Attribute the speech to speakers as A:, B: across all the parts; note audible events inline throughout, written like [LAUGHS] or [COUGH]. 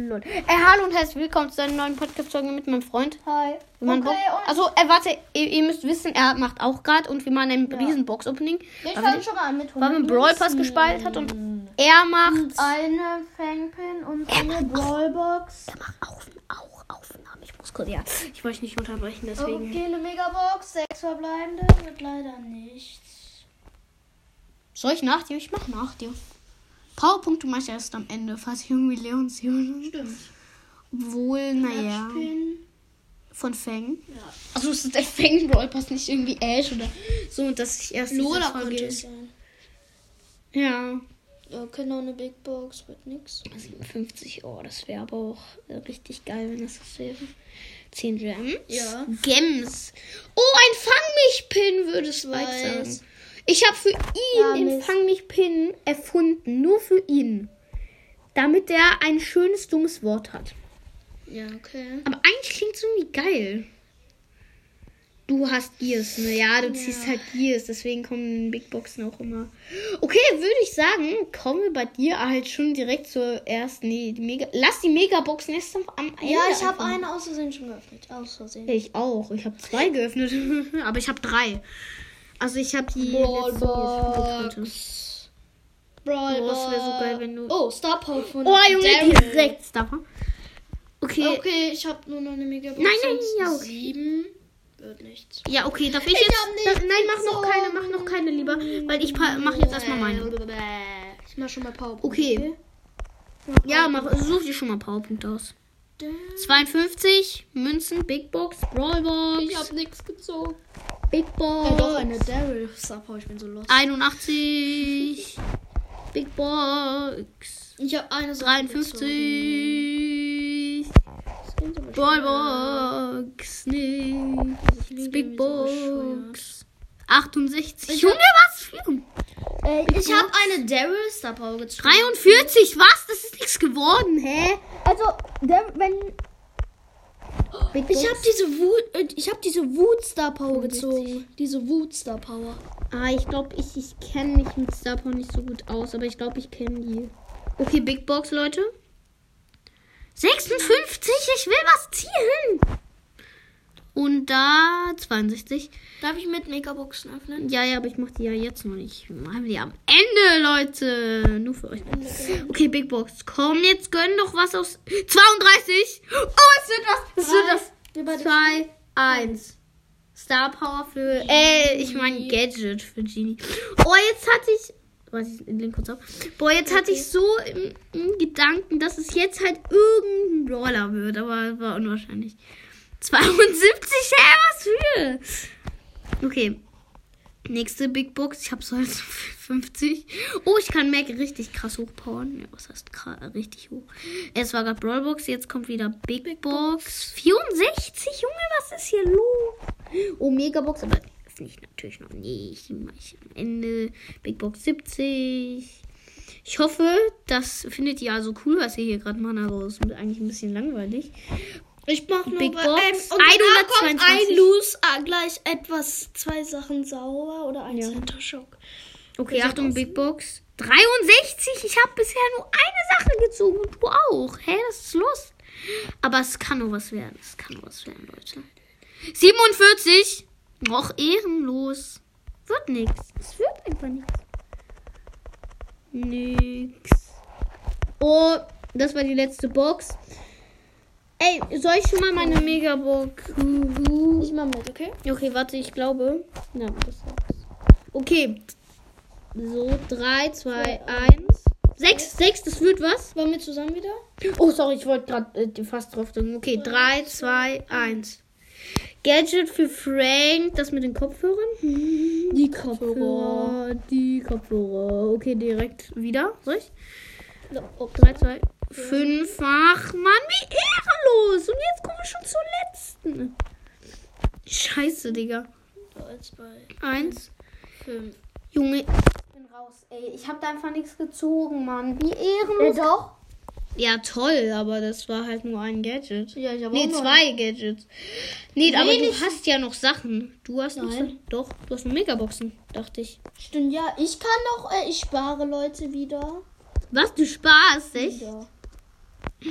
A: Lol. Äh, hallo und herzlich willkommen zu einer neuen Podcast-Folge mit meinem Freund.
B: Hi.
A: Wie man
B: okay,
A: Box-
B: und
A: also, äh, warte, ihr, ihr müsst wissen, er macht auch gerade und wir machen ein
B: Ja.
A: riesen Box-Opening.
B: ich
A: aber
B: fange schon mal an mit
A: weil wir einen Brawl Pass gespeichert hat und er macht.
B: äh, eine Fangpin und eine Brawlbox.
A: Er macht auf, auch Aufnahmen. Ich muss kurz. Ja, ich wollte nicht unterbrechen, deswegen.
B: Okay, eine Megabox, sechs verbleibende, wird leider nichts.
A: Soll ich nach dir? Ich mach nach dir. Powerpunkte mache ich erst am Ende, falls ich irgendwie Leon sehe.
B: Stimmt.
A: Obwohl, naja.
B: Matchpin.
A: Von Fang.
B: Ja.
A: Also es ist der Fang Brawl Pass, nicht irgendwie Ash oder so, und dass ich erst. diese
B: Lola
A: Folge
B: könnte es
A: ist.
B: sein.
A: Ja.
B: Ja, genau, eine Big Box, wird nichts.
A: 57, oh, das wäre aber auch äh, richtig geil, wenn das das wäre. 10 Gems.
B: Ja.
A: Gems. Oh, ein Fang-mich-Pin, würde Spike
B: weiß.
A: sagen. Ich habe für ihn
B: Ja,
A: den
B: Mist.
A: Fang-mich-Pin erfunden. Nur für ihn. Damit er ein schönes, dummes Wort hat.
B: Ja, okay.
A: Aber eigentlich klingt es irgendwie geil. Du hast Gears, ne? Ja, du ziehst halt Gears, deswegen kommen in Big Boxen auch immer. Okay, würde ich sagen, kommen wir bei dir halt schon direkt zur ersten. Nee, die Mega. Lass die Megaboxen erst am am Ende.
B: Ja, ich habe
A: einfach.
B: eine aus Versehen schon geöffnet. Aus Versehen.
A: Ja, ich auch. Ich habe zwei geöffnet. [LAUGHS] Aber ich habe drei. Also ich habe die. letzte, die ich öffnen konnte.
B: Brawlbox. Brawlbox.
A: Boah, es wär so geil, wenn du-
B: Oh, Star Power von
A: Oh, Junge,
B: Daryl.
A: direkt. Staffer. Okay.
B: Okay, ich habe nur noch eine Megabox.
A: Nein, nein,
B: sonst
A: ja, okay.
B: Sieben. Wird nichts.
A: Ja, okay, darf ich,
B: Ich
A: jetzt.
B: hab nichts
A: Darf- nein, mach noch keine,
B: gezogen.
A: mach noch keine lieber. Weil ich pa- mach jetzt erstmal meine.
B: Ich mach schon mal Power.
A: Okay. Ja, mach, such dir schon mal Powerpunkte aus. 52, Münzen, Big Box, Rollbox,
B: Ich hab nichts gezogen.
A: Big Box,
B: Äh, doch, eine Daryl Star Power. Ich bin so lost.
A: 81, Big Box,
B: Ich hab eine Sache
A: 53,
B: gezogen.
A: Rollbox,
B: Ich
A: nichts, Big
B: bin so
A: Box, 68,
B: Ich
A: Junge, was? Für-
B: Äh, ich hab eine Daryl Star Power gezogen.
A: 43, was? Das ist nichts geworden, hä?
B: Also, wenn.
A: Big
B: Ich hab diese Wut. äh, Ich hab diese Wut Star Power
A: 65.
B: gezogen. Diese Wut Star Power.
A: Ah, ich glaube, ich, ich kenne mich mit Star Power nicht so gut aus, aber ich glaube, ich kenne die. Okay, Big Box, Leute. 56, ich will was ziehen. Und da 62.
B: Darf ich mit Megaboxen öffnen?
A: Ja, ja, aber ich mach die ja jetzt noch nicht. Machen wir die am Ende, Leute. Nur für euch. Okay, Big Box. Komm, jetzt gönn doch was aus. 32. Oh, es wird was. Es wird was.
B: Wir beide.
A: 2, 1. Star Power für. Äh, ich meine Gadget für Genie. Oh, jetzt hatte ich. Warte, ich link kurz auf. Boah, jetzt hatte ich so im, im Gedanken, dass es jetzt halt irgendein Brawler wird, aber war unwahrscheinlich. [LAUGHS] 72, hä, was für? Okay. Nächste Big Box, ich hab's heute [LAUGHS] 50. Oh, ich kann Mac richtig krass hochpowern. Ja, was heißt kra- richtig hoch? Es war gerade Brawlbox, jetzt kommt wieder Big, Box. 64, Junge, was ist hier los? Oh, Megabox, aber öffne ich natürlich noch nicht. Die Mach ich am Ende. Big Box 70. Ich hoffe, das findet ihr also cool, was ihr hier gerade machen, aber es ist eigentlich ein bisschen langweilig.
B: Ich mach nur
A: Big
B: bei-
A: Box,
B: Ähm, und danach kommt
A: 122.
B: ein Loose, ah, gleich etwas, zwei Sachen sauer oder ein
A: Ja.
B: Centershock.
A: Okay, Achtung, Big Box. 63, ich habe bisher nur eine Sache gezogen und du auch. Hä, das ist Lust. Aber es kann nur was werden. Es kann nur was werden, Leute. 47, noch ehrenlos. Wird nichts. Es wird einfach nichts. Nix. Oh, das war die letzte Box. Ey, soll ich schon mal meine Megabox?
B: Ich mach mit, okay?
A: Okay, warte, ich glaube. Na, Mhm. das war's. Okay. So, 3, 2, 1. 6, 6, das wird was.
B: Wollen wir zusammen wieder?
A: Oh, sorry, ich wollte gerade äh, fast drauf drücken. Okay, 3, 2, 1. Gadget für Frank, das mit den Kopfhörern. Die Kopfhörer, die Kopfhörer. Okay, direkt wieder. Soll ich?
B: Oh,
A: 3, 2, 5, ach Mann, wie ehrenlos. Und jetzt kommen wir schon zur letzten. Scheiße, Digga.
B: zwei,
A: Eins.
B: fünf.
A: Junge. Ich bin raus, ey. Ich hab da einfach nichts gezogen, Mann. Wie ehrenlos.
B: Äh, doch?
A: Ja, toll, aber das war halt nur ein Gadget.
B: Ja, ich hab
A: Nee,
B: auch noch-
A: zwei Gadgets. Nee, aber
B: Wenig-
A: du hast ja noch Sachen. Du hast noch
B: Nein.
A: Sachen. Doch, du hast noch Megaboxen, dachte ich.
B: Stimmt, ja. Ich kann noch, äh, ich spare Leute wieder.
A: Was, du Spaß, echt?
B: Ja.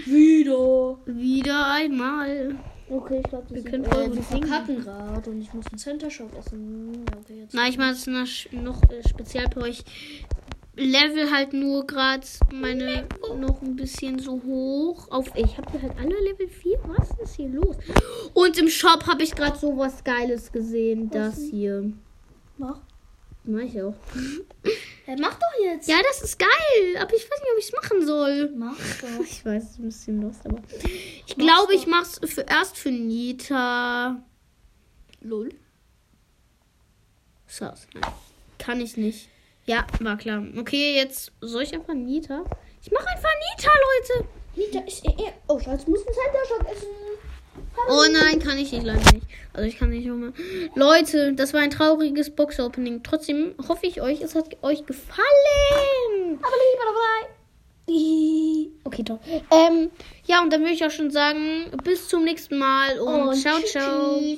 C: Wieder.
A: Wieder einmal.
C: Okay, ich glaube, die,
A: Wir
C: sind-
A: können
C: äh,
A: voll
C: die
A: gut singen.
C: verkacken gerade und ich muss einen Center Shop essen. Ja, okay, jetzt.
A: Na, ich mache es noch äh, speziell für euch. Level halt nur gerade meine noch ein bisschen so hoch. Auf, ich habe halt alle Level 4. Was ist hier los? Und im Shop habe ich gerade sowas Geiles gesehen. Das hier.
C: Mach.
A: Mach ich auch.
B: Hey, mach doch jetzt.
A: Ja, das ist geil. Aber ich weiß nicht, ob ich es machen soll.
B: Mach
A: [LAUGHS]
B: doch.
A: Ich weiß, es ist ein bisschen los, aber. Ich glaube, ich mach's für, erst für Nita. Lol. Sass. Nein. Kann ich nicht. Ja, war klar. Okay, jetzt soll ich einfach Nita. Ich mache einfach Nita, Leute.
C: Nita, ich, äh, äh, oh, Schatz, ich muss einen Center Shop essen.
A: Oh nein, kann ich nicht, leider nicht. Also ich kann nicht nochmal. Leute, das war ein trauriges Box-Opening. Trotzdem hoffe ich euch, es hat euch gefallen.
C: Aber lieber dabei. Hihi.
A: Okay, toll. Ähm, ja, und dann würde ich auch schon sagen, bis zum nächsten Mal und,
C: Und
A: ciao,
C: tschüss,
A: ciao.
C: tschüss.